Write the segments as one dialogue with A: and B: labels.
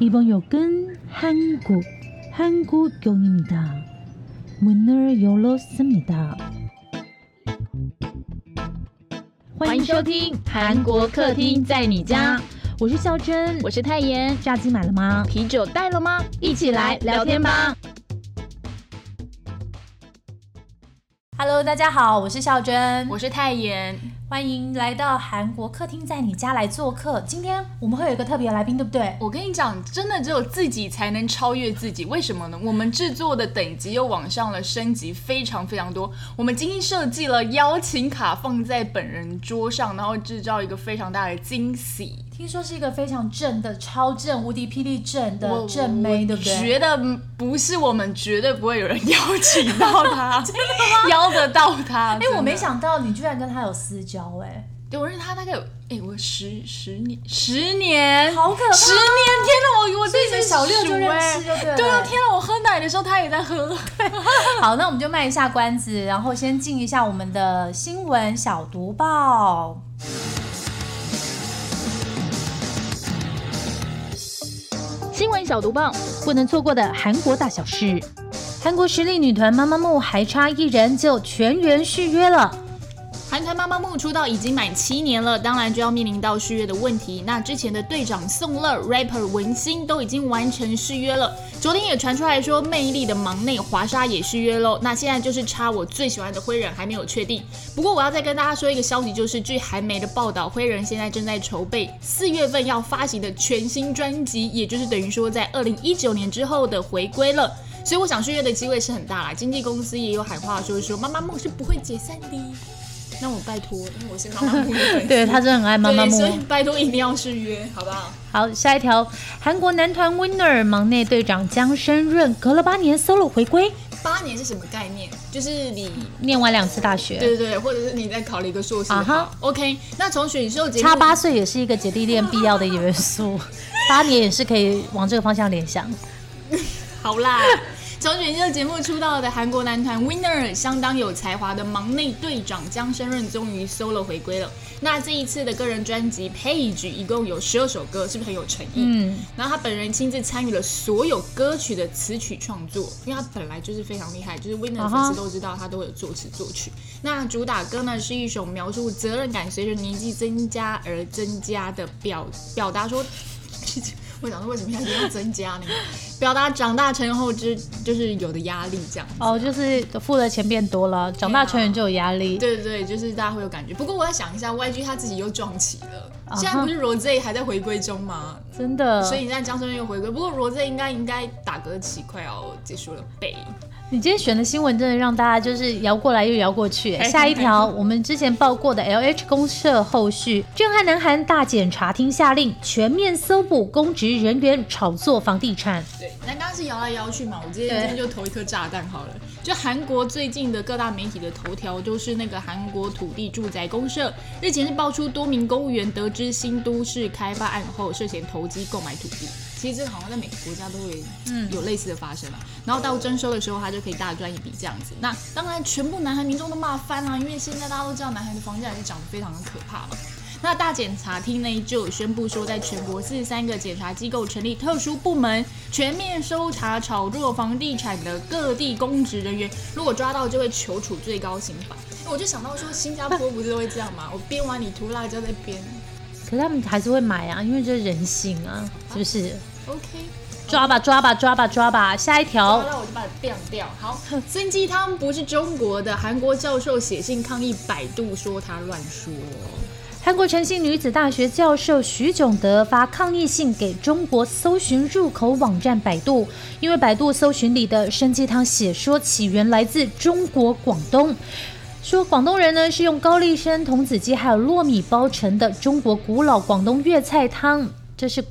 A: 이번 역은 한국, 한국역입니다. 문을 열었습니다.
B: 欢迎收听《韩国客厅在你家》，
A: 我是孝珍，
B: 我是泰妍。
A: 炸鸡买了吗？
B: 啤酒带了吗？一起来聊天吧。
C: Hello，大家好，我是孝珍，
B: 我是泰妍，
C: 欢迎来到韩国客厅，在你家来做客。今天我们会有一个特别来宾，对不对？
D: 我跟你讲，真的只有自己才能超越自己，为什么呢？我们制作的等级又往上了，升级非常非常多。我们精心设计了邀请卡放在本人桌上，然后制造一个非常大的惊喜。
C: 听说是一个非常正的、超正、无敌霹雳正
D: 我
C: 的正妹，对不
D: 我
C: 对？
D: 觉得不是我们，绝对不会有人邀请到 他，邀得到他。
C: 哎、
D: 真的
C: 我没，想到你居然跟她有私交、 哎，
D: 对我认识他大概有，哎，我十十年，十年，
C: 好可怕！
D: 十年，天哪，我我
C: 所以
D: 最
C: 你们小六就认识，就对了。
D: 对啊，天啊！我喝奶的时候他也在喝。
C: 好，那我们就卖一下关子，然后先进一下我们的新闻小读报。
B: 新闻小毒棒，
A: 不能错过的韩国大小事。
C: 韩国实力女团妈妈木还差一人就全员续约 了。
D: 韩团妈妈木出道已经满七年了，当然就要面临到续约的问题。那之前的队长宋乐、rapper 文心都已经完成续约了。昨天也传出来说，魅力的忙内华莎也续约喽。那现在就是差我最喜欢的灰人还没有确定。不过我要再跟大家说一个消息，就是据韩媒的报道，灰人现在正在筹备四月份要发行的全新专辑，也就是等于说在二零一九年之后的回归了。所以我想续约的机会是很大啦，经纪公司也有喊话说说妈妈梦是不会解散的。那我拜托，因为我是妈妈木的粉丝，
C: 对她真的很爱妈妈木
D: 对，所以拜托一定要续约，好不好？
C: 好，下一条，韩国男团 Winner 忙内队长姜申润隔了八年 solo 回归，
D: 八年是什么概念？就是你，
C: 念完两次大学，
D: 对对对，或者是你在考了一个硕士
C: 啊
D: 好
C: 哈
D: OK，那从选秀节目
C: 差八岁也是一个姐弟恋必要的元 素，八年也是可以往这个方向联想。
D: 好啦。 从选秀节目出道的韩国男团 Winner 相当有才华的忙内队长姜申润终于 solo 回归了。那这一次的个人专辑《Page》一共有十二首歌，是不是很有诚意？
C: 嗯，
D: 然后他本人亲自参与了所有歌曲的词曲创作，因为他本来就是非常厉害，就是 Winner
C: 啊
D: 的
C: 哈
D: 粉丝都知道他都有作词作曲。那主打歌呢是一首描述责任感随着年纪增加而增加的表表达说，我想说为什么要一定要增加呢？表达长大成人后之就是有的压力这样。
C: 哦，就是付的钱变多了，长大成人就有压力。
D: 对对对，就是大家会有感觉。不过我要想一下，YG 他自己又撞期了嗯
C: 啊哈
D: 现在不是 Rose 还在回归中 吗？
C: 真的。
D: 所以你现在江生又回归，不过罗振应该应该打嗝期快要结束了呗。
C: 你今天选的新闻真的让大家就是摇过来又摇过去。
D: 开心
C: 下一条，我们之前报过的 L H 公社后续，震撼南韩大检察厅下令全面搜捕公职人员炒作房地产。
D: 对，那刚刚是摇来摇去嘛，我今
C: 对
D: 天今天就投一颗炸弹好了。就韩国最近的各大媒体的头条都是那个韩国土地住宅公社，日前是爆出多名公务员得知新都市开发案后涉嫌投机购买土地。其实这个好像在每个国家都会有类似的发生啊。然后到征收的时候，他就可以大赚一笔这样子。那当然，全部南韩民众都骂翻了、啊因为现在大家都知道南韩的房价也是涨得非常的可怕嘛。那大检察厅呢就有宣布说，在全国四十三个检察机构成立特殊部门，全面搜查炒作房地产的各地公职人员，如果抓到就会求处最高刑罚。我就想到说，新加坡不是都会这样吗？我边玩你涂辣椒再边
C: 可是他们还是会买啊，因为这是人性啊，是不是？
D: ，OK。
C: 抓吧抓吧抓吧抓吧，下一条。
D: 那我就把它晾掉。好，孙鸡汤不是中国的，韩国教授写信抗议百度说他乱说。
C: 韩国诚信女子大学教授徐炯德发抗议信给中国搜寻入口网站百度，因为百度搜寻里的参鸡汤写说起源来自中国广东。说广东人呢是用高丽参、童子鸡还有糯米包成的中国古老广东粤菜汤，这是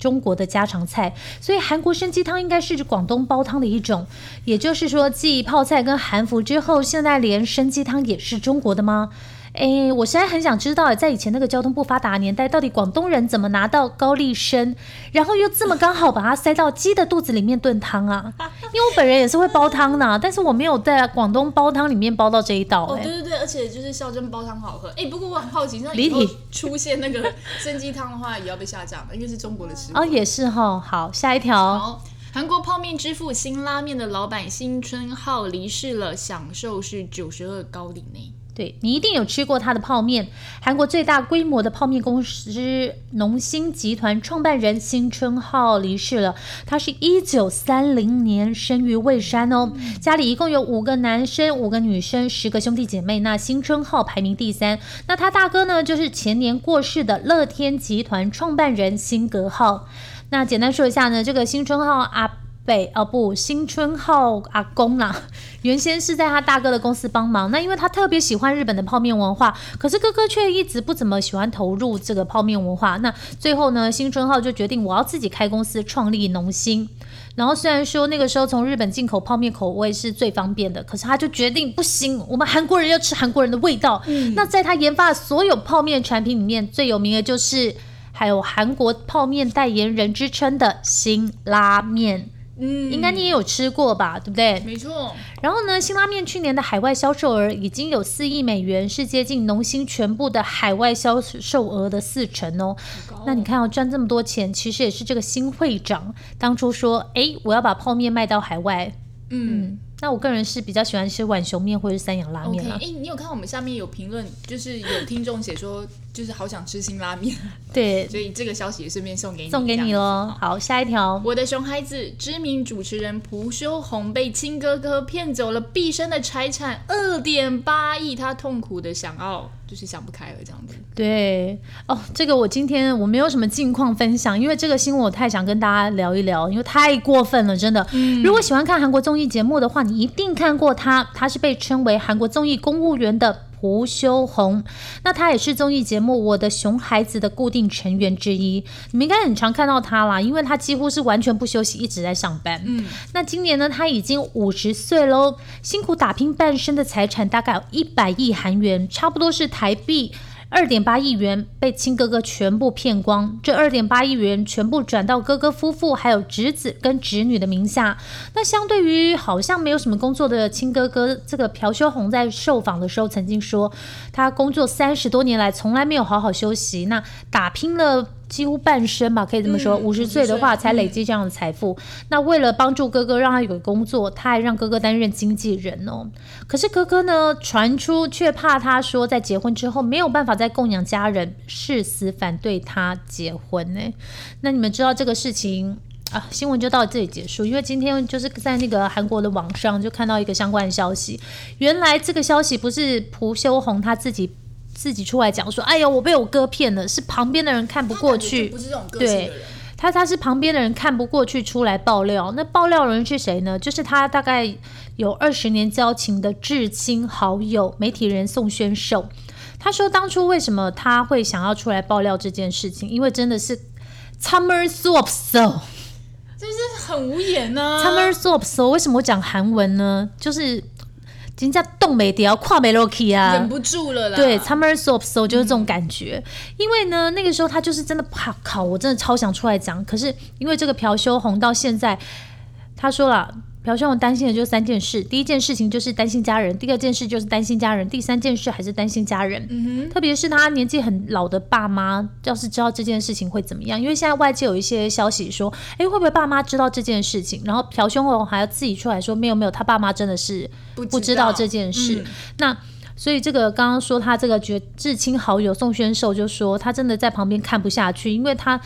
C: 中国的家常菜，所以韩国参鸡汤应该是指广东煲汤的一种。也就是说，继泡菜跟韩服之后，现在连参鸡汤也是中国的吗？哎，我现在很想知道，在以前那个交通不发达的年代，到底广东人怎么拿到高丽参，然后又这么刚好把它塞到鸡的肚子里面炖汤啊？因为我本人也是会煲汤的啊、但是我没有在广东煲汤里面煲到这一道、
D: 哦，
C: 哎、
D: 对对对，而且就是孝珍煲汤好喝。哎，不过我很好奇，那
A: 离
D: 以后
A: 题
D: 出现那个参鸡汤的话，也要被下架吗？因为是中国的食物。
C: 哦，也是哈。好，下一条，
D: 好，韩国泡面之父辛拉面的老板辛春浩离世了，享受是九十二高龄呢。
C: 对你一定有吃过它的泡面。韩国最大规模的泡面公司农心集团创办人辛春浩离世了，他是一九三零年生于蔚山哦，家里一共有五个男生、五个女生、十个兄弟姐妹。那辛春浩排名第三，那他大哥呢，就是前年过世的乐天集团创办人辛格浩。那简单说一下呢，这个新春号阿北哦不，新春号阿公啦，原先是在他大哥的公司帮忙。那因为他特别喜欢日本的泡面文化，可是哥哥却一直不怎么喜欢投入这个泡面文化。那最后呢，新春号就决定我要自己开公司，创立农心。然后虽然说那个时候从日本进口泡面口味是最方便的，可是他就决定不行，我们韩国人要吃韩国人的味道。那在他研发的所有泡面产品里面，最有名的就是还有韩国泡面代言人之称的辛拉面，
D: 嗯
C: 应该你也有吃过吧，对不对？
D: 没错，
C: 然后呢，辛拉面去年的海外销售额已经有四亿美元，是接近农心全部的海外销售额的四成哦。那你看要、赚这么多钱，其实也是这个新会长当初说，诶，我要把泡面卖到海外。
D: 嗯。
C: 那我个人是比较喜欢吃浣熊面或者是三养拉
D: OK，
C: 面
D: 哎、
C: 啦。
D: 你有看我们下面有评论，就是有听众写说，就是好想吃辛拉面，
C: 对，
D: 所以这个消息也顺便送给你，
C: 送给你
D: 这样子
C: 喽。。好，下一条。
D: 我的熊孩子，知名主持人蒲修红被亲哥哥骗走了毕生的财产二点八亿，他痛苦的想要就是想不开了这样子。
C: 对哦，这个我今天我没有什么近况分享，因为这个新闻我太想跟大家聊一聊，因为太过分了，真的。如果喜欢看韩国综艺节目的话，你一定看过他，他是被称为韩国综艺公务员的。蒲修红，那他也是综艺节目《我的熊孩子》的固定成员之一，你们应该很常看到他啦，因为他几乎是完全不休息，一直在上班。
D: 嗯，
C: 那今年呢，他已经五十岁喽，辛苦打拼半生的财产大概有一百亿韩元，差不多是台币。二点八亿元被亲哥哥全部骗光，这二点八亿元全部转到哥哥夫妇还有侄子跟侄女的名下。那相对于好像没有什么工作的亲哥哥，这个朴修红在受访的时候曾经说，他工作三十多年来从来没有好好休息，那打拼了几乎半生吧，可以这么说，
D: 嗯
C: 五十、岁的话
D: 50岁
C: 才累积这样的财富。那为了帮助哥哥让他有个工作，他还让哥哥担任经纪人哦。可是哥哥呢，传出却怕他说在结婚之后没有办法再供养家人，誓死反对他结婚呢、那你们知道这个事情？啊，新闻就到这里结束，因为今天就是在那个韩国的网上就看到一个相关的消息，原来这个消息不是朴修红他自己自己出来讲说，哎呀，我被我哥骗了，是旁边的人看不过去，
D: 不是这种个性的人。
C: 他他是旁边的人看不过去，出来爆料。那爆料人是谁呢？就是他大概有二十年交情的至亲好友媒体人宋宣寿。他说当初为什么他会想要出来爆料这件事情，因为真的是 summer swap so
D: 就是很无言呢、
C: summer swap so 为什么我讲韩文呢？就是人家冻没掉，跨没落去啊，
D: 忍不住了啦。嗯
C: 对，summer soap so 就是这种感觉。因为呢，那个时候他就是真的怕考，我真的超想出来讲。可是因为这个朴修红到现在，他说了。朴修红担心的就是三件事，第一件事情就是担心家人，第二件事就是担心家人，第三件事还是担心家人。
D: 嗯
C: 特别是他年纪很老的爸妈，要是知道这件事情会怎么样？因为现在外界有一些消息说，诶，会不会爸妈知道这件事情？然后朴兄红还要自己出来说，没有没有，他爸妈真的是
D: 不
C: 不
D: 知
C: 知
D: 道
C: 道这件事。
D: 嗯
C: 那所以这个刚刚说他这个绝至亲好友宋宣寿就说，他真的在旁边看不下去，因为他。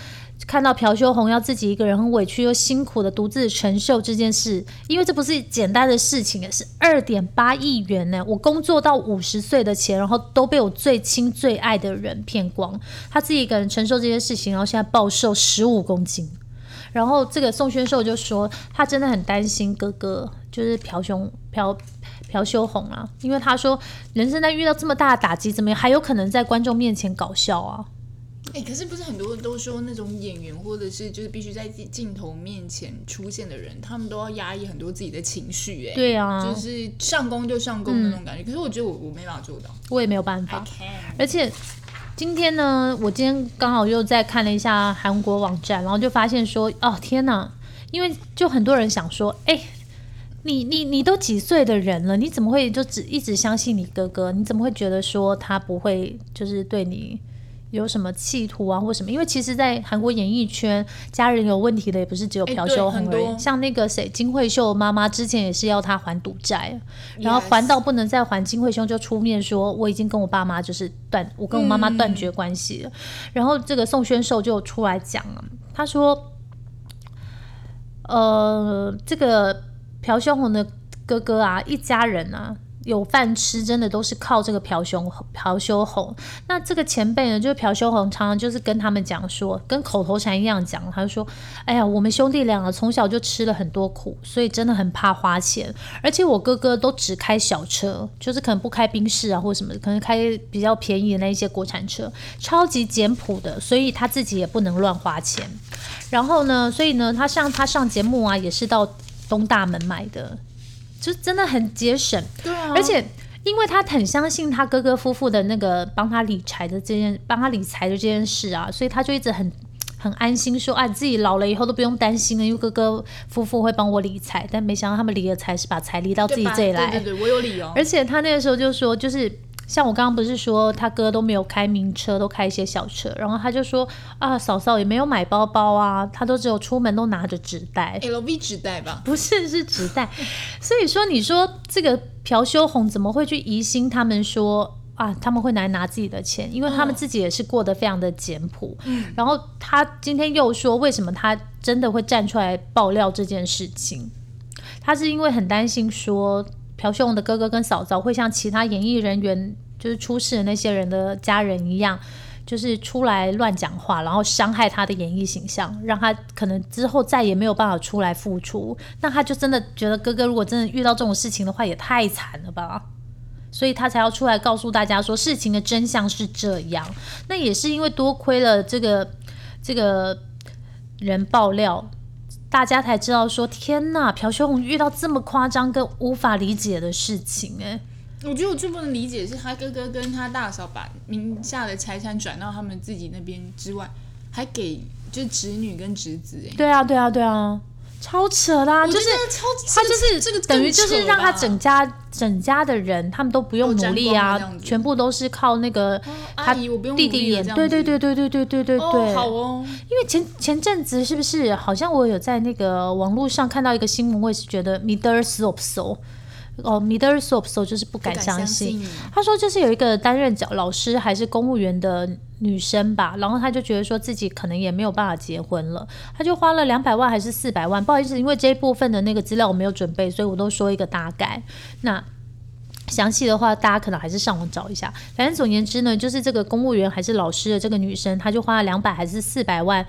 C: 看到朴修红要自己一个人很委屈又辛苦的独自承受这件事，因为这不是简单的事情，是二点八亿元呢、我工作到五十岁的钱，然后都被我最亲最爱的人骗光，他自己一个人承受这些事情，然后现在暴瘦十五公斤。然后这个宋宣寿就说，他真的很担心哥哥，就是朴雄朴朴修红啊，因为他说人生在遇到这么大的打击，怎么还有可能在观众面前搞笑啊？
D: 哼，哎、可是不是很多人都说那种演员或者是就是必须在镜镜头面前出现的人，他们都要压抑很多自己的情绪、哎，、
C: 对啊，
D: 就是上工就上工那种感觉。可是我觉得我我没办法做到。
C: 我也没有办法。
D: 嗯 can，
C: 而且今天呢，我今天刚好又再看了一下韩国网站，然后就发现说，哦天哪，因为就很多人想说，哎、你你你都几岁的人了，你怎么会就只一直相信你哥哥？你怎么会觉得说他不会就是对你有什么企图啊或什么？因为其实，在韩国演艺圈，家人有问题的也不是只有
D: 哎
C: 朴
D: 对
C: 秀
D: 很
C: 红而已，
D: 多
C: 像那个谁金惠秀妈妈之前也是要她还赌债，然后
D: Yes
C: 还到不能再还，金惠兄就出面说我已经跟我爸妈就是断，我跟我妈妈断绝关系了。然后这个宋宣寿就出来讲了，他说，呃，这个朴兄红的哥哥啊，一家人啊。有饭吃，真的都是靠这个朴兄朴修红。那这个前辈呢，就是朴修红，常常就是跟他们讲说，跟口头禅一样讲，他就说：“哎呀，我们兄弟俩啊，从小就吃了很多苦，所以真的很怕花钱。而且我哥哥都只开小车，就是可能不开宾士啊，或什么，可能开比较便宜的那一些国产车，超级简朴的，所以他自己也不能乱花钱。然后呢，所以呢，他上他上节目啊，也是到东大门买的，就真的很节省。
D: 对啊，
C: 而且因为他很相信他哥哥夫妇的那个帮他理财的这件，帮他理财的这件事啊，所以他就一直很。很安心说啊，自己老了以后都不用担心了，因为哥哥夫妇会帮我理财。但没想到他们理了财是把财理到自己
D: 对吧
C: 这里来，
D: 对对对，我有理由。
C: 而且他那个时候就说，就是像我刚刚不是说他哥都没有开名车，都开一些小车，然后他就说啊，嫂嫂也没有买包包啊，他都只有出门都拿着纸袋，
D: LV 纸袋吧，
C: 不是是纸袋。所以说，你说这个朴修红怎么会去疑心他们说？啊，他们会来拿自己的钱，因为他们自己也是过得非常的简朴。嗯，然后他今天又说，为什么他真的会站出来爆料这件事情？他是因为很担心说朴秀红的哥哥跟嫂嫂会像其他演艺人员，就是出事的那些人的家人一样，就是出来乱讲话，然后伤害他的演艺形象，让他可能之后再也没有办法出来付出。那他就真的觉得哥哥如果真的遇到这种事情的话，也太惨了吧。所以他才要出来告诉大家说事情的真相是这样。那也是因为多亏了这个这个人爆料，大家才知道说，天呐，朴修红遇到这么夸张跟无法理解的事情、哎，
D: 我觉得我最不能理解是他哥哥跟他大嫂把名下的财产转到他们自己那边之外，还给就是侄女跟侄子哎、
C: 对啊，对啊，对啊，超扯啦、
D: 我
C: 就
D: 觉
C: 是
D: 得超
C: 他就是
D: 这个
C: 等于就是让他整
D: 整
C: 家整家的人，他们都不用
D: 都沾
C: 努力
D: 光了
C: 啊
D: 这样，子哦
C: 全部都是靠那个
D: 阿
C: 他
D: 姨我不用
C: 弟
D: 努力
C: 弟
D: 了
C: 演
D: 这，样
C: 对
D: 子
C: 对对对对对对对
D: 哦
C: 对，
D: 好哦，
C: 因为前前阵子是不是好像我有在那个网络上看到一个新闻，我也是觉得 middle s o p so，哦 middle s o p so 就是不敢相信。
D: 嗯
C: 他说，就是有一个担任教老师还是公务员的女生吧，然后她就觉得说自己可能也没有办法结婚了，她就花了两百万还是四百万，不好意思，因为这一部分的那个资料我没有准备，所以我都说一个大概。那详细的话，大家可能还是上网找一下。反正总言之呢，就是这个公务员还是老师的这个女生，她就花了两百还是四百万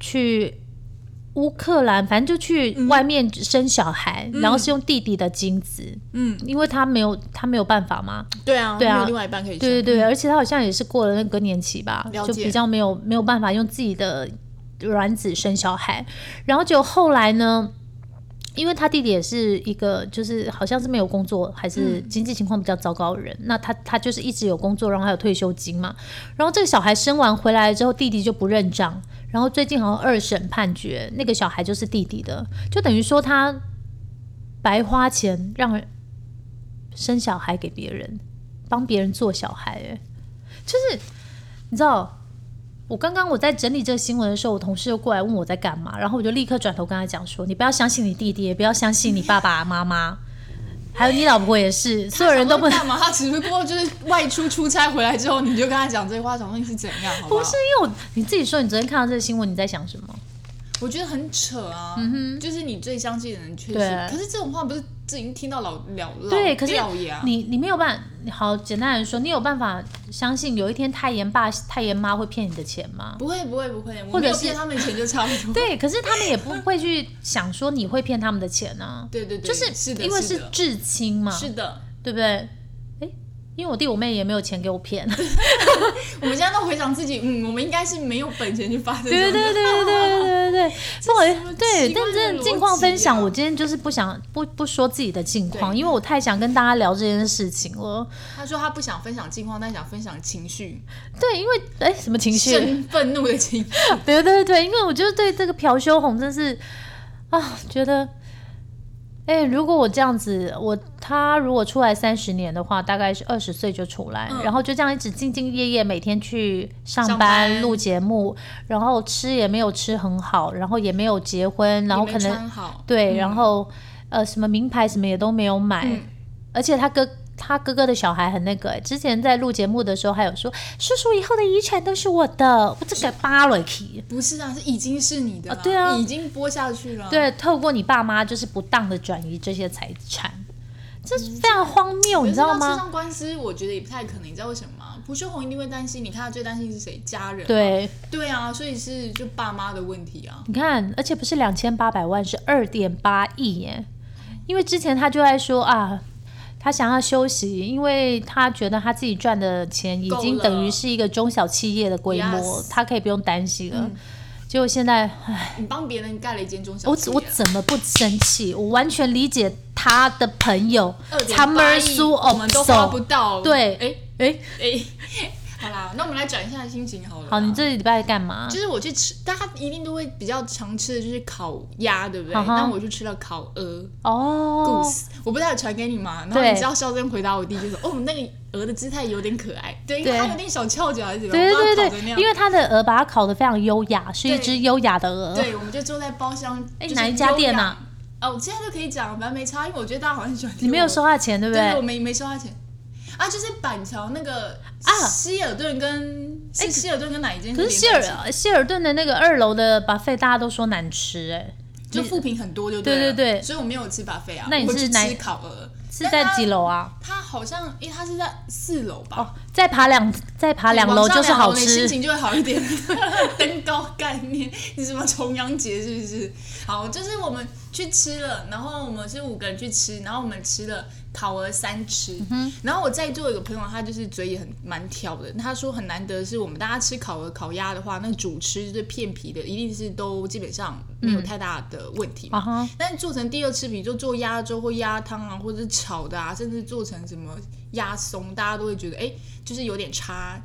C: 去乌克兰，反正就去外面生小孩，然后是用弟弟的精子，
D: 嗯，
C: 因为她没有她没有办法嘛，
D: 对啊，
C: 对啊
D: 没有另外一半可以生
C: 对对对，而且他好像也是过了那个更年期吧，
D: 了
C: 就
D: 解
C: 比较没有没有办法用自己的卵子生小孩。然后就后来呢，因为他弟弟也是一个就是好像是没有工作，还是
D: 嗯
C: 经济情况比较糟糕的人，那他他就是一直有工作，然后还有退休金嘛。然后这个小孩生完回来之后，弟弟就不认账。然后最近好像二审判决，那个小孩就是弟弟的，就等于说他白花钱让人生小孩给别人，帮别人做小孩、哎，就是你知道，我刚刚我在整理这个新闻的时候，我同事就过来问我在干嘛，然后我就立刻转头跟他讲说，你不要相信你弟弟，也不要相信你爸爸妈妈， 还有你老婆也是，所有人都不
D: 他
C: 能
D: 想说干嘛？他只不过就是外出出差回来之后，你就跟他讲这话，想问你是怎样，好好
C: 不是因为我你自己说，你昨天看到这个新闻，你在想什么？
D: 我觉得很扯啊，就是你最相信的人确
C: 嗯对
D: 实，可是这种话不是这已经听到老了老
C: 对，可是
D: 掉牙，
C: 你你没有办好，简单来说，你有办法相信有一天太妍爸、太妍妈会骗你的钱吗？
D: 不会不会不会，
C: 或
D: 我
C: 者
D: 没有
C: 是
D: 骗他们钱就差 不多，
C: 对，可是他们也不会去想说你会骗他们的钱呢、啊
D: 对对对，
C: 就是嗯
D: 是的
C: 因为
D: 是
C: 是
D: 的
C: 至亲嘛，
D: 是的，
C: 对不对？哎，因为我弟我妹也没有钱给我骗。
D: 我们现在都回想自己，嗯，我们应该是没有本钱去发生这
C: 对对
D: 样的
C: 对对对对对 对，不好意
D: 什么
C: 思，对，
D: 奇
C: 但
D: 怪的
C: 真
D: 逻
C: 的近况分
D: 辑
C: 享，
D: 啊
C: 我今天就是不想不不说自己的近况，
D: 对
C: 因为我太想跟大家聊这件事情了。
D: 他说他不想分享近况，但想分享情绪，
C: 对，因为哎，什么情绪？
D: 生愤怒的情绪。
C: 对对对，因为我就是对这个朴修红真是啊，觉得，哎、如果我这样子，我他如果出来三十年的话，大概是二十岁就出来，
D: 嗯
C: 然后就这样一直兢兢业业，每天去上
D: 上
C: 班
D: 班
C: 录节目，然后吃也没有吃很好，然后也没有结婚，然后
D: 也
C: 可
D: 没
C: 能
D: 穿好，
C: 对，
D: 嗯
C: 然后呃什么名牌什么也都没有买，
D: 嗯
C: 而且他哥。他哥哥的小孩很那个、之前在录节目的时候还有说，叔叔以后的遗产都是我的，我这个扒了去。
D: 不是啊，是已经是你的了、
C: 啊对啊
D: 已经播下去了。，
C: 对，透过你爸妈就是不当的转移这些财产，这是非常荒谬，你知道
D: 吃
C: 吗？
D: 上官司，我觉得也不太可能，你知道为什么吗？朴秀红一定会担心，你看他最担心是谁？家人、，
C: 对，
D: 对啊，所以是就爸妈的问题啊。
C: 你看，而且不是两千八百万，是二点八亿耶。因为之前他就在说啊，他想要休息，因为他觉得他自己赚的钱已
D: 够
C: 经
D: 了
C: 等于是一个中小企业的规模
D: Yes
C: 他可以不用担心了。
D: 嗯
C: 结果现在，唉
D: 你帮别人盖了一间中小
C: 我
D: 企业，
C: 我怎么不生气？我完全理解他的朋友
D: 2.8亿
C: 他们苏
D: 我们都花不到。
C: 哦对
D: 哎
C: 哎、
D: 哎， 好啦，那我们来转一下心情好了啦。
C: 好，你这礼拜干嘛？
D: 就是我去吃，大家一定都会比较常吃的就是烤鸭，对不对？
C: 啊哈
D: 那我去吃了烤鹅
C: 哦
D: goose，、我不是有传给你吗？然后
C: 对
D: 你知道肖真回答我弟就说：“哦，那个鹅的姿态有点可爱，对，因
C: 对
D: 为它有点小翘脚还是怎么
C: 对
D: 样，
C: 对
D: 把它
C: 对
D: 烤成那
C: 对，
D: 样
C: 因为他的鹅把它烤得非常优雅，是一
D: 对
C: 只优雅的鹅。
D: 对，我们就坐在包厢，
C: 哎
D: 就是
C: 哪一家店啊
D: 优雅？哦，我现在都可以讲，反正没差，因为我觉得大家好像喜欢。
C: 你没有收，他的钱，对不
D: 对，我
C: 对？
D: 没没收他钱啊，就是板桥那个
C: 啊哎
D: 希尔顿跟是希尔顿跟哪一间？
C: 可是希尔啊希尔顿的那个二楼的 buffet 大家都说难吃、哎，
D: 就
C: 你
D: 负评很多就
C: 对
D: 了
C: 对对
D: 所以我没有吃 buffet 啊，
C: 那你
D: 我
C: 是
D: 去
C: 哪
D: 吃烤鹅？
C: 是在几
D: 楼？
C: 楼啊？
D: 它好像，因为它是在四楼吧。
C: 哦，再爬两再爬两楼
D: 往上
C: 就是好
D: 两楼你心
C: 吃。
D: 情就会好一点。 登高概念，你什么重阳节是不是？好，就是我们去吃了，然后我们是五个人去吃，然后我们吃了烤鹅三吃，
C: 嗯
D: 然后我在座有个朋友，他就是嘴也很蛮挑的，他说很难得是我们大家吃烤鹅烤鸭的话，那主吃就是片皮的，一定是都基本上没
C: 嗯
D: 有太大的问题嘛。
C: 啊哈，
D: 但做成第二次，比如说做鸭粥或鸭汤啊，或者是炒的啊，甚至做成什么鸭松，大家都会觉得哎、诶就是有点差，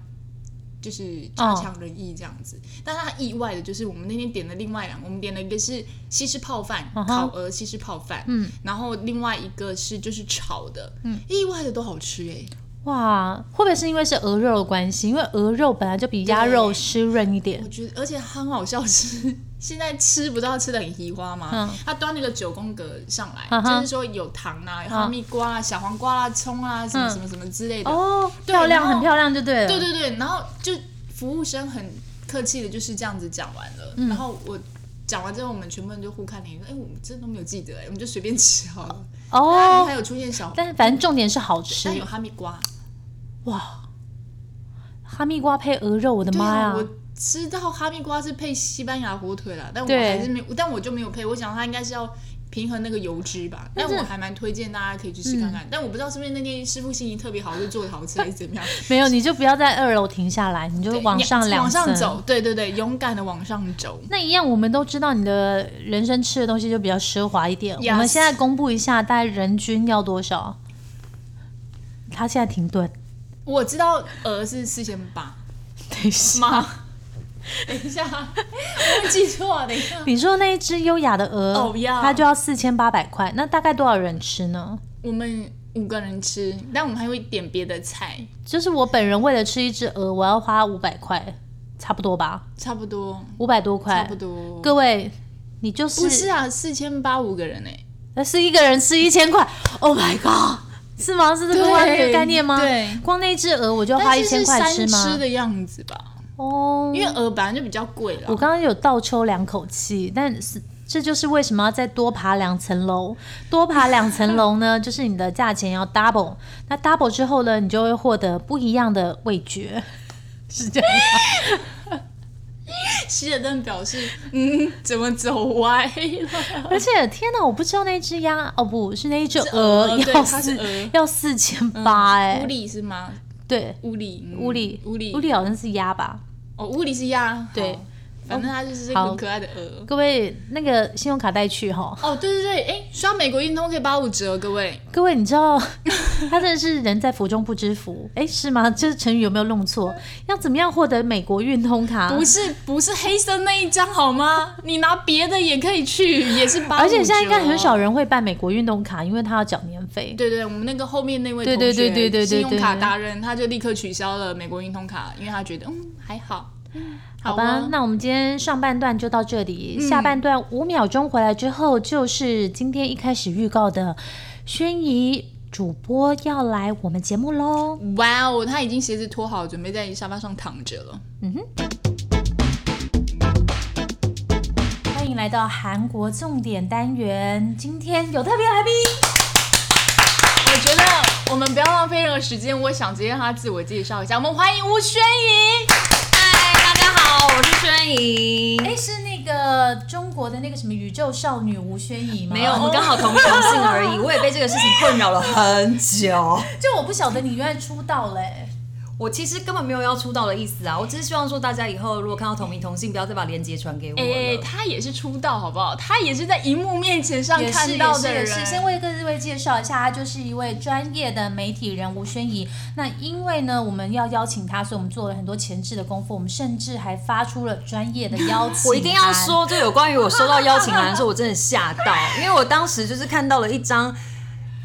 D: 就是差强人意这样子。但他意外的就是，我们那天点的另外两个，我们点了一个是西式泡饭，
C: 嗯哼
D: 烤鹅西式泡饭，嗯，然后另外一个是就是炒的，嗯，意外的都好吃哎、
C: 哇，会不会是因为是鹅肉的关系？因为鹅肉本来就比鸭肉
D: 对
C: 湿润一点
D: 我。觉得，而且它很好笑是，现在吃不知道吃的很移花吗？
C: 嗯
D: 他端了个九宫格上来，
C: 嗯哼
D: 就是说有糖啊、有哈密瓜啊、小黄瓜啊、葱啊，什么
C: 嗯
D: 什么什么之类的。
C: 哦，
D: 对
C: 漂亮，
D: 然后
C: 很漂亮，就对了。
D: 对对对，然后就服务生很客气的，就是这样子讲完了。
C: 嗯
D: 然后我讲完之后，我们全部人就互看脸，说：“哎、我们真的都没有记得、哎，我们就随便吃好了。
C: 哦，
D: 还有出现小黄，
C: 但是反正重点是好吃
D: 但。有哈密瓜。
C: 哇，哈密瓜配鹅肉，我的
D: 对
C: 妈呀
D: 啊！！我知道哈密瓜是配西班牙火腿啦，但我
C: 对
D: 还是没有，但我就没有配。我想它应该是要平衡那个油脂吧，但我还蛮推荐大家可以去试看
C: 嗯
D: 看。但我不知道是不是那天师傅心情特别好，就做的好吃还是 怎么样。
C: 没有，你就不要在二楼停下来，你就
D: 对
C: 往上
D: 你
C: 两
D: 往上
C: 层
D: 走，。对对对，勇敢的往上走。
C: 那一样，我们都知道你的人生吃的东西就比较奢华一点。
D: Yes
C: 我们现在公布一下，大概人均要多少？他现在停顿，
D: 我知道鹅是四千八
C: 等一下。
D: 吗？ 等一下，我会记错啊，等一下。
C: 你说那一只优雅的鹅，
D: 哦要
C: 它就要四千八百块，那大概多少人吃呢？
D: 我们五个人吃，但我们还会点别的菜，
C: 就是我本人为了吃一只鹅，我要花五百块，差不多吧，
D: 差不多，
C: 五百多
D: 差
C: 块
D: 不。多。
C: 各位，你就是
D: 不是啊，四千八五个人哎、
C: 那是一个人吃一千块，Oh my god，是吗？是这个
D: 对
C: 观这个概念吗？
D: 对
C: 光那一只鹅我就要花
D: 但
C: 一
D: 是
C: 千
D: 是
C: 块
D: 三
C: 吃吗？
D: 的样子吧，
C: 哦，
D: 因为鹅本来就比较贵了
C: 我。刚刚有倒抽两口气，但是这就是为什么要再多爬两层楼。 多爬两层楼呢，就是你的价钱要 double。那 double 之后呢，你就会获得不一样的味觉，是这样吗。
D: 希尔顿表示，嗯，怎么走歪了？
C: 而且天哪，我不知道那只鸭哦，不是那一只
D: 是鹅
C: 鹅
D: 对
C: 要
D: 它是
C: 四
D: 鹅嗯
C: 要四千八 哎
D: 乌，里是吗？
C: 对，
D: 乌里，嗯
C: 乌里
D: 乌里，
C: 乌里好像是鸭吧？
D: 哦，乌里是鸭，
C: 对哦
D: 好，反正它就是一个
C: 好
D: 很可爱的鹅。
C: 各位那个信用卡带去哈，
D: 哦，对对对，哎，刷美国运通可以八五折，各位。
C: 各位你知道 他真的是人在福中不知福，哎是吗？这成语有没有弄错？要怎么样获得美国运通卡？
D: 不是不是黑色那一张好吗？你拿别的也可以去，也是八五折哦。
C: 而且现在应该很少人会办美国运动卡，因为他要缴年费。
D: 对对，我们那个后面那位
C: 对
D: 同
C: 对
D: 学，
C: 对对对对
D: 信用卡
C: 对
D: 达人，他就立刻取消了美国运通卡，因为他觉得嗯还好，嗯
C: 好吧，
D: 啊。
C: 那我们今天上半段就到这里，
D: 嗯
C: 下半段五秒钟回来之后，就是今天一开始预告的宣仪主播要来我们节目喽。
D: 哇哦，他已经鞋子脱好，准备在沙发上躺着了。
C: 欢迎来到韩国重点单元，今天有特别来宾，
D: 我觉得我们不要浪费任何时间，我想直接让他自我介绍一下。我们欢迎吴宣仪。
B: 嗨，大家好，我是宣怡。
C: 哎，是那个中国的那个什么宇宙少女吴宣仪吗？哦
B: 没有，我们刚好同雄性而已。我也被这个事情困扰了很久。
C: 就我不晓得你原来出道嘞、
B: 我其实根本没有要出道的意思啊，我只是希望说大家以后如果看到同名同姓，不要再把链接传给我
D: 哎、
B: 了。
D: 他也是出道好不好？他也是在荧幕面前上
C: 也是
D: 看到的
C: 也
D: 人。
C: 是也是，先为各位介绍一下，他就是一位专业的媒体人吴宣仪。那因为呢，我们要邀请他，所以我们做了很多前置的功夫，我们甚至还发出了专业的邀请函。
B: 我一定要说，就有关于我收到邀请函的时候，我真的吓到，因为我当时就是看到了一张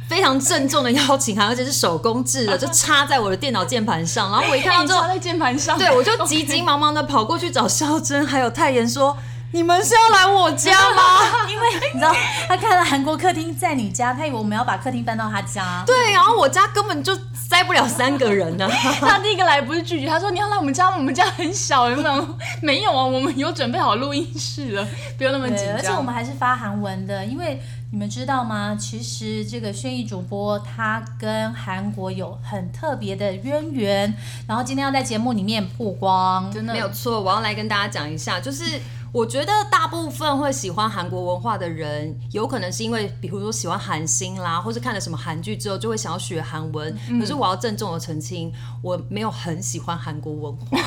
B: 非常郑重的邀请函，而且是手工制的，就插在我的电脑键盘上。然后我一看到
D: 你
B: 之后
D: 插，在键盘上，
B: 对我就急急忙忙的跑过去找肖珍还有泰妍说：“你们是要来我家吗
C: 因为你知道，他看到韩国客厅在你家，他以为我们要把客厅搬到他家？” 。
B: 对，然后我家根本就塞不了三个人啊呢、
D: 他第一个来不是拒绝，他说你要来我们家吗，我们家很小，有没有？没有啊，我们有准备好录音室了，不用那么紧
C: 对，而且我
D: 张。
C: 们还是发韩文的，因为你们知道吗？其实这个轩逸主播他跟韩国有很特别的渊源，然后今天要在节目里面曝光。
D: 真的
B: 没有错，我要来跟大家讲一下，就是我觉得大部分会喜欢韩国文化的人，有可能是因为比如说喜欢韩星啦，或是看了什么韩剧之后就会想要学韩文。可是我要郑重的澄清，我没有很喜欢韩国文化，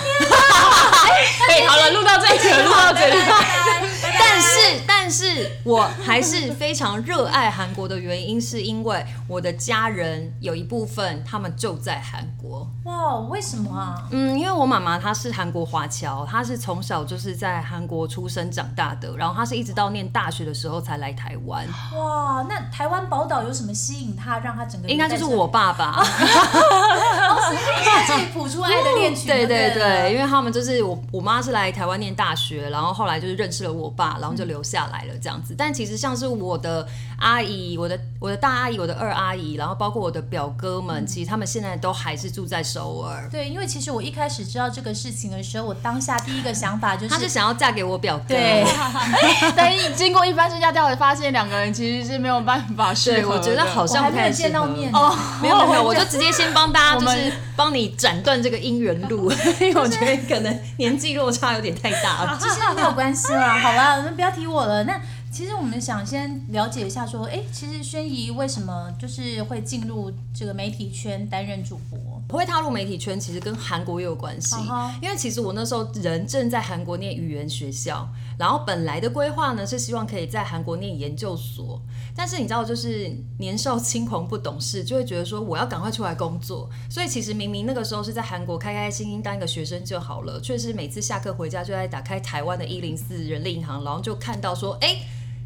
D: 哎、好了，录到这里了，录到这里了。
B: 但是但是我还是非常热爱韩国的原因，是因为我的家人有一部分他们就在韩国。
C: 哇，为什么啊？
B: 嗯，因为我妈妈她是韩国华侨，她是从小就是在韩国出生长大的，然后她是一直到念大学的时候才来台湾，
C: 哦哇，那台湾宝岛有什么吸引他，让他整个人
B: 应该就是我爸爸。
C: 在这里谱出来哦的 恋曲？
B: 对
C: 对
B: 对对，因为他们就是我我妈是来台湾念大学，然后后来就是认识了我爸，然后
C: 嗯
B: 就留下来了这样子。但其实像是我的阿姨、我的我的大阿姨、我的二阿姨，然后包括我的表哥
C: 嗯
B: 们，其实他们现在都还是住在首尔。
C: 对，因为其实我一开始知道这个事情的时候，我当下第一个想法就
B: 她是想要嫁给我表哥，
C: 对，
D: 但是经过一番身家调查，发现两个人其实是没有办法适
B: 对
D: 合的。
B: 我觉得 好
C: 我
B: 像
C: 还
B: 不
C: 没有
B: 太适
C: 见到
B: 合
C: 面
D: 哦
C: 哦。，
B: 没有没有没有，我就直接先帮大家
D: 我
B: 就
D: 们
B: 是帮你斩断这个姻缘 路，因为我觉得可能年纪落差有点太大了。
C: 其实没有关系啦，好啦，那不要提我了。那其实我们想先了解一下，说，哎，其实宣仪为什么就是会进入这个媒体圈担任主播？
B: 我会踏入媒体圈，其实跟韩国也有关系
C: 啊哈
B: 因为其实我那时候人正在韩国念语言学校，然后本来的规划呢是希望可以在韩国念研究所，但是你知道，就是年少轻狂不懂事，就会觉得说我要赶快出来工作，所以其实明明那个时候是在韩国开开心心当一个学生就好了，却是每次下课回家就在打开台湾的一零四人力银行，然后就看到说，哎、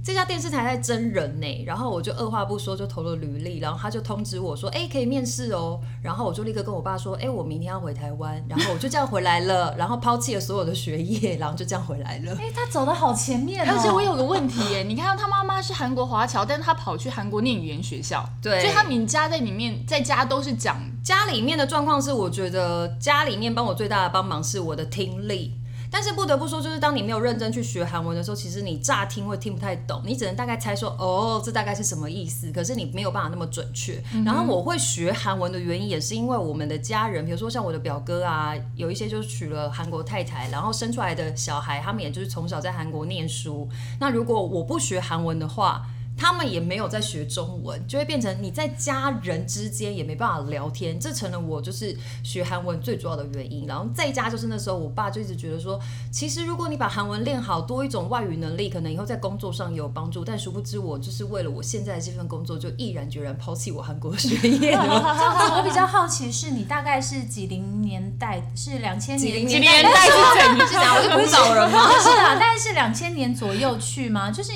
B: 这家电视台在真人呢、然后我就二话不说就投了履历，然后他就通知我说，哎、可以面试哦，然后我就立刻跟我爸说，哎、我明天要回台湾，然后我就这样回来了，然后抛弃了所有的学业，然后就这样回来了。
C: 哎，他走的好前面哦。
D: 而且我有个问题耶，你看他妈妈是韩国华侨，但是他跑去韩国念语言学校，
B: 对
D: 所以他们家在里面在家都是讲
B: 家里面的状况是，我觉得家里面帮我最大的帮忙是我的听力。但是不得不说，就是当你没有认真去学韩文的时候，其实你乍听会听不太懂，你只能大概猜说哦，这大概是什么意思，可是你没有办法那么准确。然后我会学韩文的原因，也是因为我们的家人，比如说像我的表哥啊，有一些就是娶了韩国太太，然后生出来的小孩，他们也就是从小在韩国念书。那如果我不学韩文的话，他们也没有在学中文，就会变成你在家人之间也没办法聊天，这成了我就是学韩文最主要的原因。然后在家就是那时候，我爸就一直觉得说，其实如果你把韩文练好，多一种外语能力，可能以后在工作上也有帮助。但殊不知，我就是为了我现在的这份工作，就毅然决然抛弃我韩国学业了。
C: 这样子我比较好奇，是你大概是几零年代？是两千
B: 几 零
C: 年？
B: 年
D: 年代是怎样？
B: 是啊，我是古早人吗？
C: 是啊，但是两千年左右去吗？就是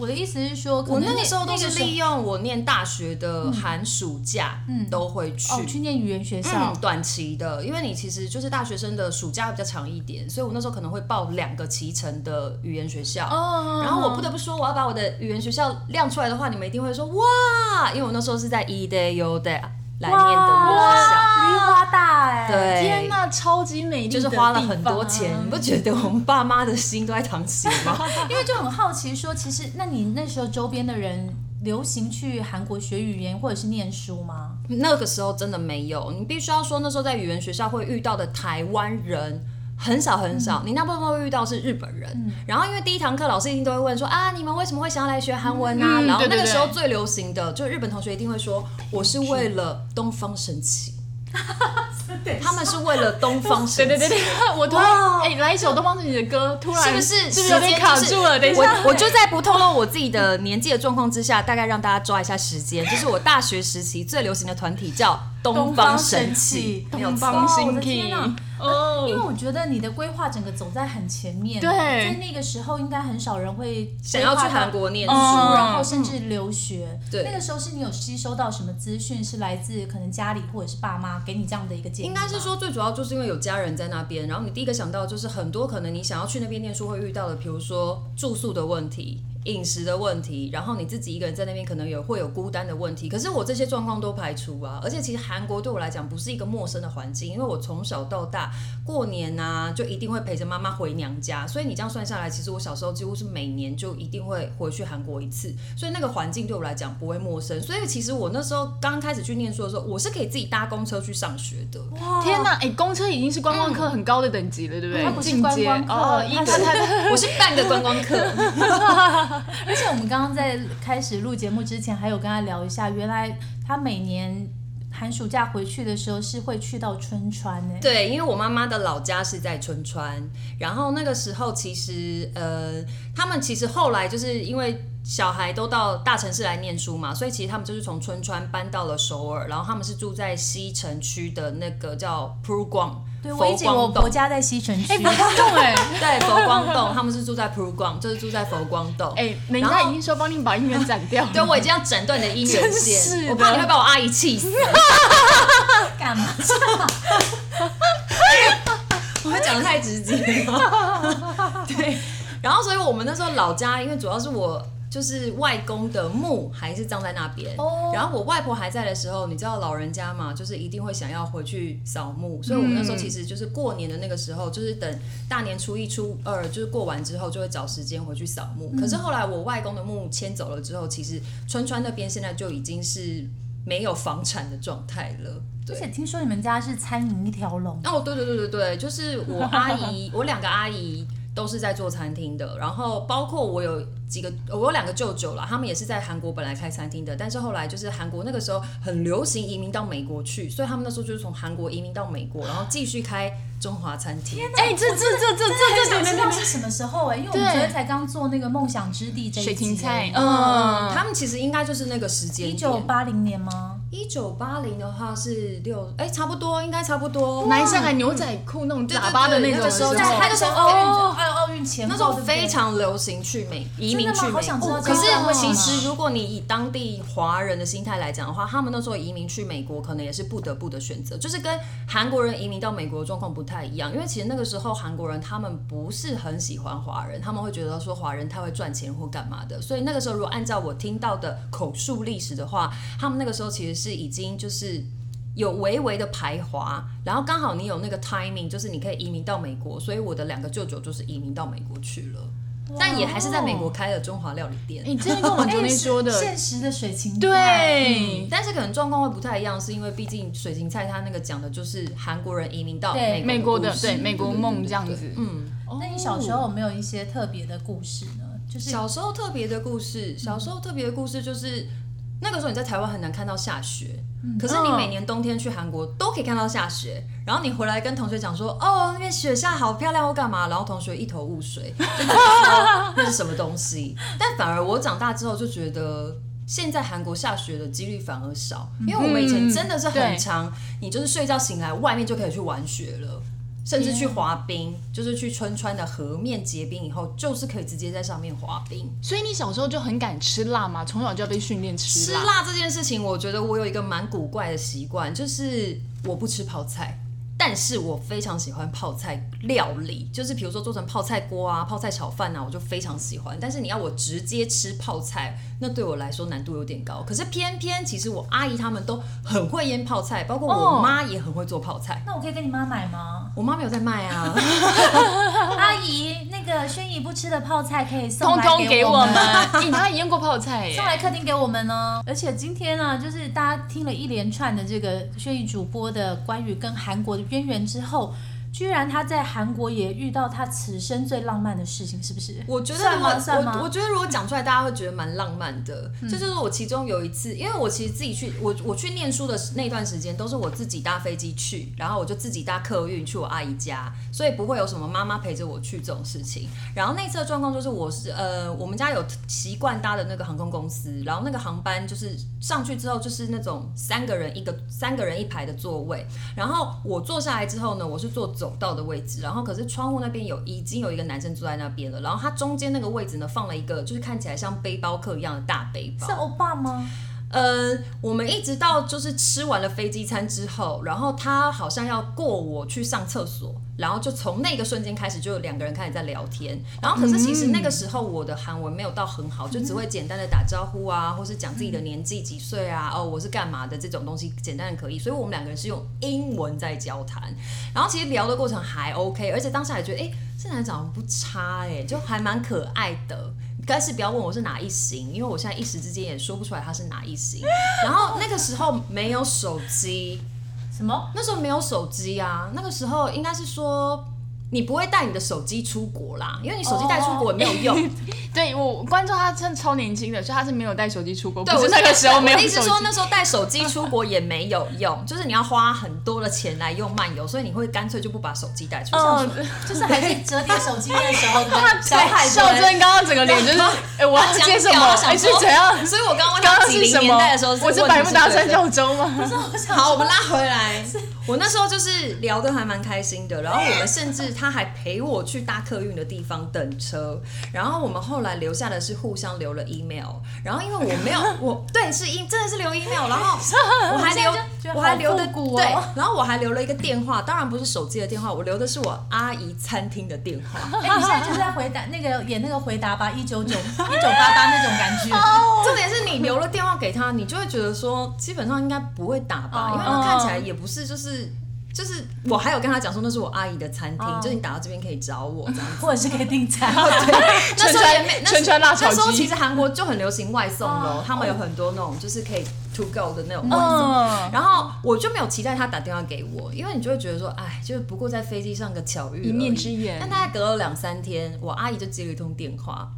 C: 我的意思是说，可
B: 我
C: 能
B: 那个时候都
C: 那
B: 是
C: 个时
B: 利用我念大学的寒暑假，
C: 嗯
B: 都会去。
C: 哦，去念语言学校
B: 嗯，，短期的，因为你其实就是大学生的暑假比较长一点，所以我那时候可能会报两个期程的语言学校。
C: 哦
B: 然后我不得不说，我要把我的语言学校亮出来的话，你们一定会说哇，因为我那时候是在 E day U day 来念的语言学校，
C: 梨花大哎，
B: 对，
D: 天哪，超级美丽的
B: 就
D: 地
B: 是
D: 方啊，
B: 花了很多钱，你不觉得我们爸妈的心都在淌血吗？
C: 因为就很好奇说，其实那你那时候周边的人流行去韩国学语言或者是念书吗？
B: 那个时候真的没有，你必须要说那时候在语言学校会遇到的台湾人。很少很少，
D: 嗯
B: 你那部分会遇到是日本人。然后因为第一堂课老师一定都会问说啊，你们为什么会想要来学韩文啊？
D: 嗯
B: 然后
D: 对
B: 那
D: 对
B: 个
D: 对
B: 时候最流行的，就日本同学一定会说，我是为了东方 神起，他们是为了东方神
D: 对对
B: 起。
D: 对对， 我突然哎，来一首东方神起的歌，突然
B: 是不是
D: 是不是有点卡住了？等一下，
B: 我我就在不透露我自己的年纪的状况之下，大概让大家抓一下时间，就是我大学时期最流行的团体叫东方神起，没有
D: 东
B: 错。
D: 方
C: 哦我
D: 神
C: 的天
D: 起
C: 哪因为
D: 哦，
C: 我觉得你的规划整个走在很前面，
D: 对
C: 在那个时候应该很少人会
B: 想要去
C: 规划到嗯
B: 韩国念
C: 读书，
B: 书，
C: 然后甚至留学。
B: 对
C: 那个时候是你有吸收到什么资讯，是来自可能家里或者是爸妈给你这样的一个建议？
B: 应该是，说，最主要就是因为有家人在那边，然后你第一个想到就是很多可能你想要去那边念书会遇到的，比如说住宿的问题、饮食的问题，然后你自己一个人在那边可能也会有孤单的问题。可是我这些状况都排除啊，而且其实韩国对我来讲不是一个陌生的环境，因为我从小到大过年啊就一定会陪着妈妈回娘家，所以你这样算下来，其实我小时候几乎是每年就一定会回去韩国一次，所以那个环境对我来讲不会陌生。所以其实我那时候刚开始去念书的时候，我是可以自己搭公车去上学的。
D: 天哪，哎，公车已经是观光客很高的等级了，对不对？
C: 它不是
D: 进阶
C: 观光客
D: 哦，一
C: 它
D: 等
C: 是
B: 我是半个观 光客，
C: 而且我们刚刚在开始录节目之前，还有跟他聊一下，原来他每年寒暑假回去的时候是会去到春川呢、
B: 对，因为我妈妈的老家是在春川，然后那个时候其实呃，他们其实后来就是因为小孩都到大城市来念书嘛，所以其实他们就是从春川搬到了首尔，然后他们是住在西城区的那个叫 Pro 光，
C: 对，我
B: 佛
C: 以前我
B: 光
C: 婆
B: 洞，
C: 家在西城区，
D: 哎，不要动哎
B: 对，佛光洞，他们是住在 Pro 光，就是住在佛光洞，
D: 哎，人家已经说帮你把姻缘斩掉了，
B: 对，我已经要斩断你的姻 缘
D: 真是
B: 线，
D: 的
B: 我怕你会把我阿姨气死。
C: 干嘛？
B: 我会讲的太直接了。对，然后所以我们那时候老家，因为主要是我就是外公的墓还是葬在那边，
C: 哦
B: 然后我外婆还在的时候，你知道老人家嘛，就是一定会想要回去扫墓，所以我们那时候其实就是过年的那个时候，就是等大年初一、初二，就是过完之后，就会找时间回去扫墓。可是后来我外公的墓迁走了之后，其实川川那边现在就已经是没有房产的状态了。
C: 而
B: 对。
C: 且听说你们家是餐饮一条龙，
B: 哦，对对对对对，就是 我阿姨，我两个阿姨都是在做餐厅的，然后包括我有几个，我有两个舅舅啦，他们也是在韩国本来开餐厅的，但是后来就是韩国那个时候很流行移民到美国去，所以他们那时候就是从韩国移民到美国，然后继续开中华餐厅。
D: 哎，这这这这这这
C: 想
D: 这
C: 知
D: 这
C: 道是什么时候哎、因为我们昨天才刚做那个梦想之地这一集
D: 水芹菜
C: 哦
B: 嗯，他们其实应该就是那个时间
C: 一九
B: 点，
C: 八零年吗？
B: 一九八零的话是六，哎，差不多，应该差不多。
D: 男生还牛仔裤那种
B: 对对
D: 喇叭的
B: 对
D: 那
B: 那
D: 种
B: 个
D: 的
B: 时
D: 时
B: 候
D: 候，
B: 在那个时候
C: 奥运哦奥运前后
B: 那时候
C: 对不对
B: 非常流行去美移民去
C: 真的吗好
B: 美
C: 想知
B: 国，
C: 道这
B: 可
C: 个
B: 是
C: 状况
B: 其
C: 啊
B: 实如果你以当地华人的心态来讲的话，他们那时候移民去美国，可能也是不得不的选择，就是跟韩国人移民到美国的状况不太一样。因为其实那个时候韩国人他们不是很喜欢华人，他们会觉得说华人太会赚钱或干嘛的，所以那个时候如果按照我听到的口述历史的话，他们那个时候其实是已经就是。有微微的排华，然后刚好你有那个 timing，就是你可以移民到美国，所以我的两个舅舅就是移民到美国去了，但也还是在美国开了中华料理店。
D: 你真的跟我们昨天说
C: 哎
D: 的，
E: 现实的水情
D: 对，
B: 嗯但是可能状况会不太一样，是因为毕竟水晶菜它那个讲的就是韩国人移民到
E: 对
D: 美国的
B: 故事
D: 对美国梦这样子。
B: 嗯，
E: 那你小
C: 哦
E: 时候有没有一些特别的故事呢？就是
B: 小时候特别的故事，小时候特别的故事就是那个时候你在台湾很难看到下雪，
E: 嗯
B: 可是你每年冬天去韩国都可以看到下雪，然后你回来跟同学讲说，哦，那边雪下好漂亮，我干嘛？然后同学一头雾水，就觉得说那是 什么东西？但反而我长大之后就觉得。现在韩国下雪的几率反而少，因为我们以前真的是
D: 对
B: 很长，你就是睡觉醒来，外面就可以去玩雪了。甚至去滑冰，就是去春川的河面结冰以后，就是可以直接在上面滑冰。
D: 所以你小时候就很敢吃辣吗？从小就要被训练吃
B: 吃
D: 辣。
B: 辣这件事情，我觉得我有一个蛮古怪的习惯，就是我不吃泡菜，但是我非常喜欢泡菜料理，就是比如说做成泡菜锅啊、泡菜炒饭啊，我就非常喜欢。但是你要我直接吃泡菜，那对我来说难度有点高。可是偏偏其实我阿姨她们都很会腌泡菜，包括我妈也很会做泡菜。
E: 那我可以跟你妈买 吗？
B: 我妈没有在卖啊，
E: 阿姨，那个轩姨不吃的泡菜可以送
D: 通
E: 来
D: 通给
E: 给
D: 我
E: 我
D: 们，你妈腌过泡菜耶
E: 送！来客厅给我们哦。而且今天呢、就是大家听了一连串的这个轩宇主播的关于跟韩国的渊源之后，居然他在韩国也遇到他此生最浪漫的事情，是不是？
B: 我觉得
E: 算
B: 如果
E: 吗？算吗嗯
B: 我我觉得如果讲出来，大家会觉得蛮浪漫的。这、就是我其中有一次，因为我其实自己去，我我去念书的那段时间，都是我自己搭飞机去，然后我就自己搭客运去我阿姨家，所以不会有什么妈妈陪着我去这种事情。然后那次的状况就是，我是呃，我们家有习惯搭的那个航空公司，然后那个航班就是上去之后就是那种三个人一个三个人一排的座位，然后我坐下来之后呢，我是坐走道的位置，然后可是窗户那边有已经有一个男生坐在那边了，然后他中间那个位置呢放了一个就是看起来像背包客一样的大背包
E: 是，欧巴吗？
B: 嗯，我们一直到就是吃完了飞机餐之后，然后他好像要过我去上厕所，然后就从那个瞬间开始，就有两个人开始在聊天。然后可是其实那个时候我的韩文没有到很好，就只会简单的打招呼啊，或是讲自己的年纪几岁啊，哦我是干嘛的这种东西，简单的可以。所以我们两个人是用英文在交谈，然后其实聊的过程还 OK，而且当下也觉得，哎、这男的长得不差、哎，就还蛮可爱的。但是不要问我是哪一型，因为我现在一时之间也说不出来他是哪 一型。然后那个时候没有手机，
E: 什么？
B: 那时候没有手机啊，那个时候应该是说你不会带你的手机出国啦，因为你手机带出国也没有用。
D: 哦对我关注她真的超年轻的，所以她是没有带手机出国，
B: 对，
D: 不
B: 我
D: 是那个时候没有
B: 我的意
D: 手
B: 思
D: 机
B: 说。那时候带手机出国也没有用，就是你要花很多的钱来用漫游，所以你会干脆就不把手机带出。像
D: 哦
B: 是，
E: 就是还是折叠手机那时候的 小海
D: 对
E: 豚
D: 孝真刚刚整个 脸就是，哎，我要
B: 讲
D: 接什
B: 掉
D: 么
B: 我？想
D: 哎，是
B: 说
D: 怎样？
B: 所以我刚刚问
D: 刚
B: 他
D: 刚
B: 几
D: 是
B: 零
D: 什
B: 年
D: 么
B: 代的时候，？
D: 我是
B: 问
D: 百
B: 你
D: 慕达
B: 对
D: 三
B: 不对
D: 角洲吗？
B: 好，我们拉回来。 我那时候就是聊得还蛮开心的，然后我们甚至他还陪我去搭客运的地方等车，然后我们后来留下的是互相留了 email，然后因为我没有 我对是 e 真的是留 email，然后我还留
E: 觉得
B: 我还留的
E: 好复古哦
B: 对，然后我还留了一个电话，当然不是手机的电话，我留的是我阿姨餐厅的电话。
E: 哎、你现在就是在回答那个演那个回答吧，一九九一九八八那种感觉。
B: 重点是你留了电话给他，你就会觉得说，基本上应该不会打
E: 哦
B: 吧，因为他看起来也不是就是。就是我还有跟他讲说那是我阿姨的餐厅，
E: 哦
B: 就是你打到这边可以找我 这样。
E: 或者是可以订 餐，
B: 那时候也没，那时
D: 春川辣炒鸡
B: 那时候其实韩国就很流行外送咯，
E: 哦
B: 他们有很多那种就是可以 to go 的那种外送。
D: 嗯
B: 然后我就没有期待他打电话给我，因为你就会觉得说，哎，就是不过在飞机上个巧遇而已，
D: 一面之缘
B: 但大概隔了两三天，我阿姨就接了一通电话，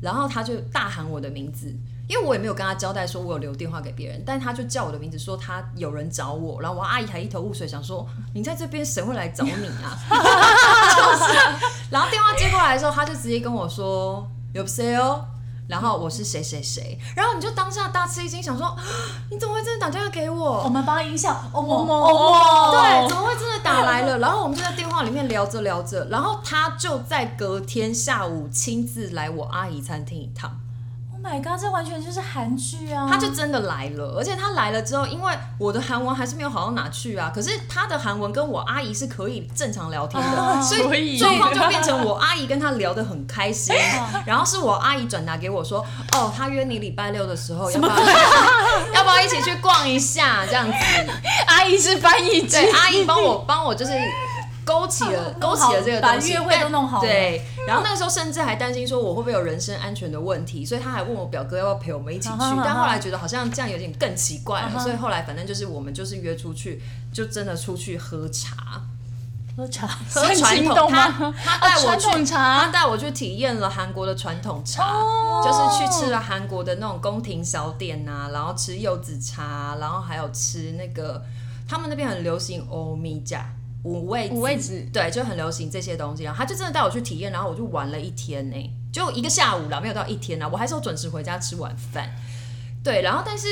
B: 然后她就大喊我的名字，因为我也没有跟她交代说我有留电话给别人，但她就叫我的名字，说她有人找我，然后我阿姨还一头雾水，想说你在这边谁会来找你啊？ 然后电话接过来的时候，他就直接跟我说有谁哦。然后我是谁谁谁，然后你就当下大吃一惊，想说啊你怎么会真的打电话给我？
E: 我们帮他音效，哦么
D: 么
E: 哦
B: 对，怎么会真的打来了？然后我们就在电话里面聊着聊着，然后他就在隔天下午亲自来我阿姨餐厅一趟。
E: 么，Oh my god，这完全就是韩剧啊！
B: 他就真的来了，而且他来了之后，因为我的韩文还是没有好到哪去啊，可是他的韩文跟我阿姨是可以正常聊天的，
E: 哦
B: 所
D: 所
B: 以
D: 以
B: 状况就变成我阿姨跟他聊得很开心，然后是我阿姨转达给我说，哦，他约你礼拜六的时候，要不要要不要一起去逛一下这样子？
D: 阿姨是翻译 机，
B: 对，阿姨帮我帮我就是勾起了勾起了这个
E: 把
B: 东西
E: 约会都弄好了
B: 对，然后那个时候甚至还担心说我会不会有人身安全的问题，所以他还问我表哥要不要陪我们一起去，
E: 啊哈啊哈
B: 但后来觉得好像这样有点更奇怪
E: 啊 哈
B: 了，所以后来反正就是我们就是约出去，就真的出去喝茶，
E: 喝茶，
B: 喝传
D: 清
B: 统
D: 洞
B: 他
D: 吗
B: 他带我
E: 哦啊
D: 传
B: 去
D: 统
B: 他
D: 哦茶，
B: 带我去体验了韩国的传统茶，
D: 哦
B: 就是去吃了韩国的那种宫廷小点呐、然后吃柚子茶，然后还有吃那个他们那边很流行欧米茄五味
D: 五味子
B: 对，就很流行这些东西。然后他就真的带我去体验，然后我就玩了一天呢、就一个下午啦，没有到一天啦，我还是有准时回家吃晚饭。对，然后但是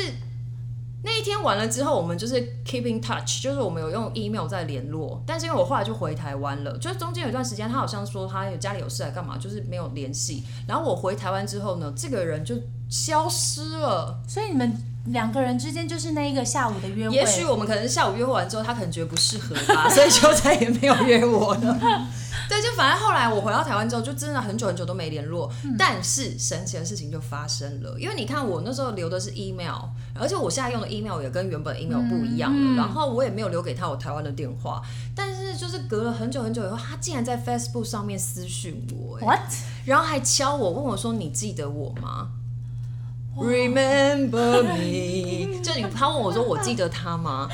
B: 那一天完了之后，我们就是 keep in touch，就是我们有用 email 在联络。但是因为我后来就回台湾了，就是中间有一段时间，他好像说他有家里有事来干嘛，就是没有联系。然后我回台湾之后呢，这个人就消失了。
E: 所以你们两个人之间就是那一个下午的约会，
B: 也许我们可能下午约会完之后，他可能觉得不适合 吧，所以就再也没有约我了。对，就反正后来我回到台湾之后，就真的很久很久都没联络。
E: 嗯
B: 但是神奇的事情就发生了，因为你看我那时候留的是 email，而且我现在用的 email 也跟原本 email 不一样了，
E: 嗯
B: 然后我也没有留给他我台湾的电话。但是就是隔了很久很久以后，他竟然在 Facebook 上面私讯我、欸
E: what？
B: 然后还敲我，问我说：“你记得我吗？”Remember me，就你他问我说：“我记得他吗？”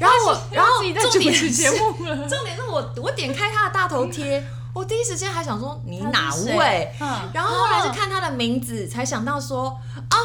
B: 然后我，然后
D: 自己在主
B: 重点
D: 持
B: 是，
D: 节目了。
B: 重点是我我点开他的大头贴，我第一时间还想说你
E: 他
B: 哪
E: 是
B: 位
E: 谁，嗯
B: 然后后来是看他的名字才想到说啊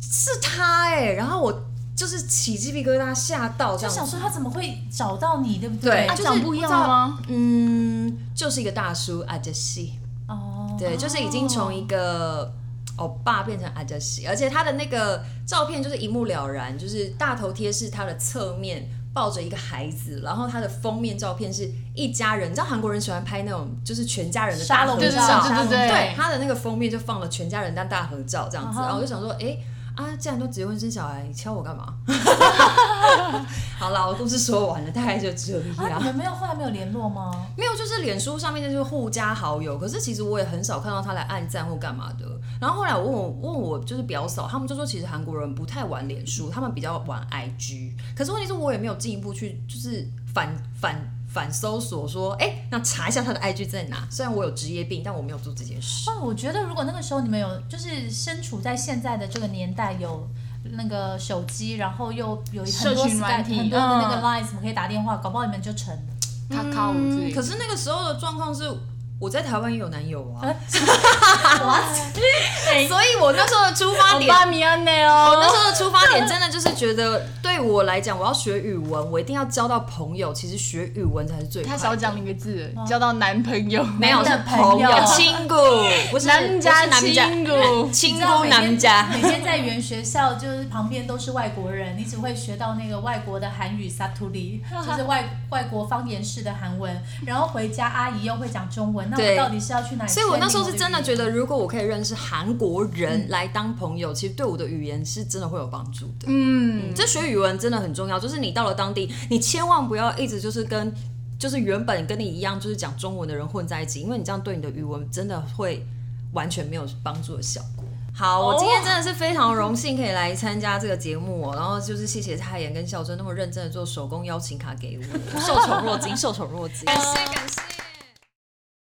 B: 是他哎、然后我就是起鸡皮疙瘩吓到这
E: 就
B: 样
E: 想
B: 子。
E: 说他怎么会找到你，对不
B: 对，
E: 对？
B: 就是
D: 哎长不一样
B: 知道
D: 吗？
B: 嗯，就是一个大叔阿杰西。
E: 哦，
B: 对，就是已经从一个欧巴变成阿加西，而且他的那个照片就是一目了然，就是大头贴是他的侧面抱着一个孩子，然后他的封面照片是一家人，你知道韩国人喜欢拍那种就是全家人的
E: 沙
B: 大
E: 龙啊
B: 合
D: 对对
B: 照，
D: 对对对嗯
B: 对，他的那个封面就放了全家人当大合照这样子，
E: 啊哈
B: 然后我就想说，哎。啊，既然都结婚生小孩，你敲我干嘛？ 好啦，我故事说完了，大概就这
E: 啊，
B: 样
E: 你。们没有后来没有联络吗？
B: 没有，就是脸书上面就是互加好友，可是其实我也很少看到他来按赞或干嘛的。然后后来我问我问我就是表嫂，他们就说其实韩国人不太玩脸书，他们比较玩 IG。可是问题是我也没有进一步去就是反反反搜索说，哎，那查一下他的 IG 在哪？虽然我有职业病，但我没有做这件事。
E: 哦，我觉得如果那个时候你们有，就是身处在现在的这个年代，有那个手机，然后又有很
D: 社
E: 多
D: 群
E: Skype，
D: 软体
E: 很多的那个
D: 嗯
E: Line，什么可以打电话，搞不好你们就成 了。
D: 他靠之类的
B: 嗯可是那个时候的状况是，我在台湾也有男友啊，所以我那时候的出发点
D: 巴米安内哦
B: 我那时候的出发点真的就是觉得，对我来讲，我要学语文，我一定要交到朋友。其实学语文才是最快
D: 他
B: 的。
D: 少讲了一个字，
B: 嗯
D: 交到男朋友，
B: 没有是
E: 男的
B: 朋
E: 朋友
B: 亲故，不是
D: 男家
B: 不是
D: 亲
B: 男
D: 骨
B: 家，亲
E: 你知道
B: 姑
E: 每
B: 男
E: 天
B: 家。
E: 每天在原学校，就是旁边都是外国人，你只会学到那个外国的韩语萨图 里，就是外外国方言式的韩文，然后回家阿姨又会讲中文，那
B: 对
E: 我到底是要去哪里？
B: 所以我那时候是真的觉得，如果我可以认识韩国
E: 嗯
B: 人来当朋友，其实对我的语言是真的会有帮助的。
D: 嗯，
B: 嗯这学语文真的很重要，就是你到了当地，你千万不要一直就是跟就是原本跟你一样就是讲中文的人混在一起，因为你这样对你的语文真的会完全没有帮助的效果。好，我今天真的是非常荣幸可以来参加这个节目、哦，然后就是谢谢泰妍跟孝珍那么认真的做手工邀请卡给我，受宠若惊，受宠若惊，感谢感谢。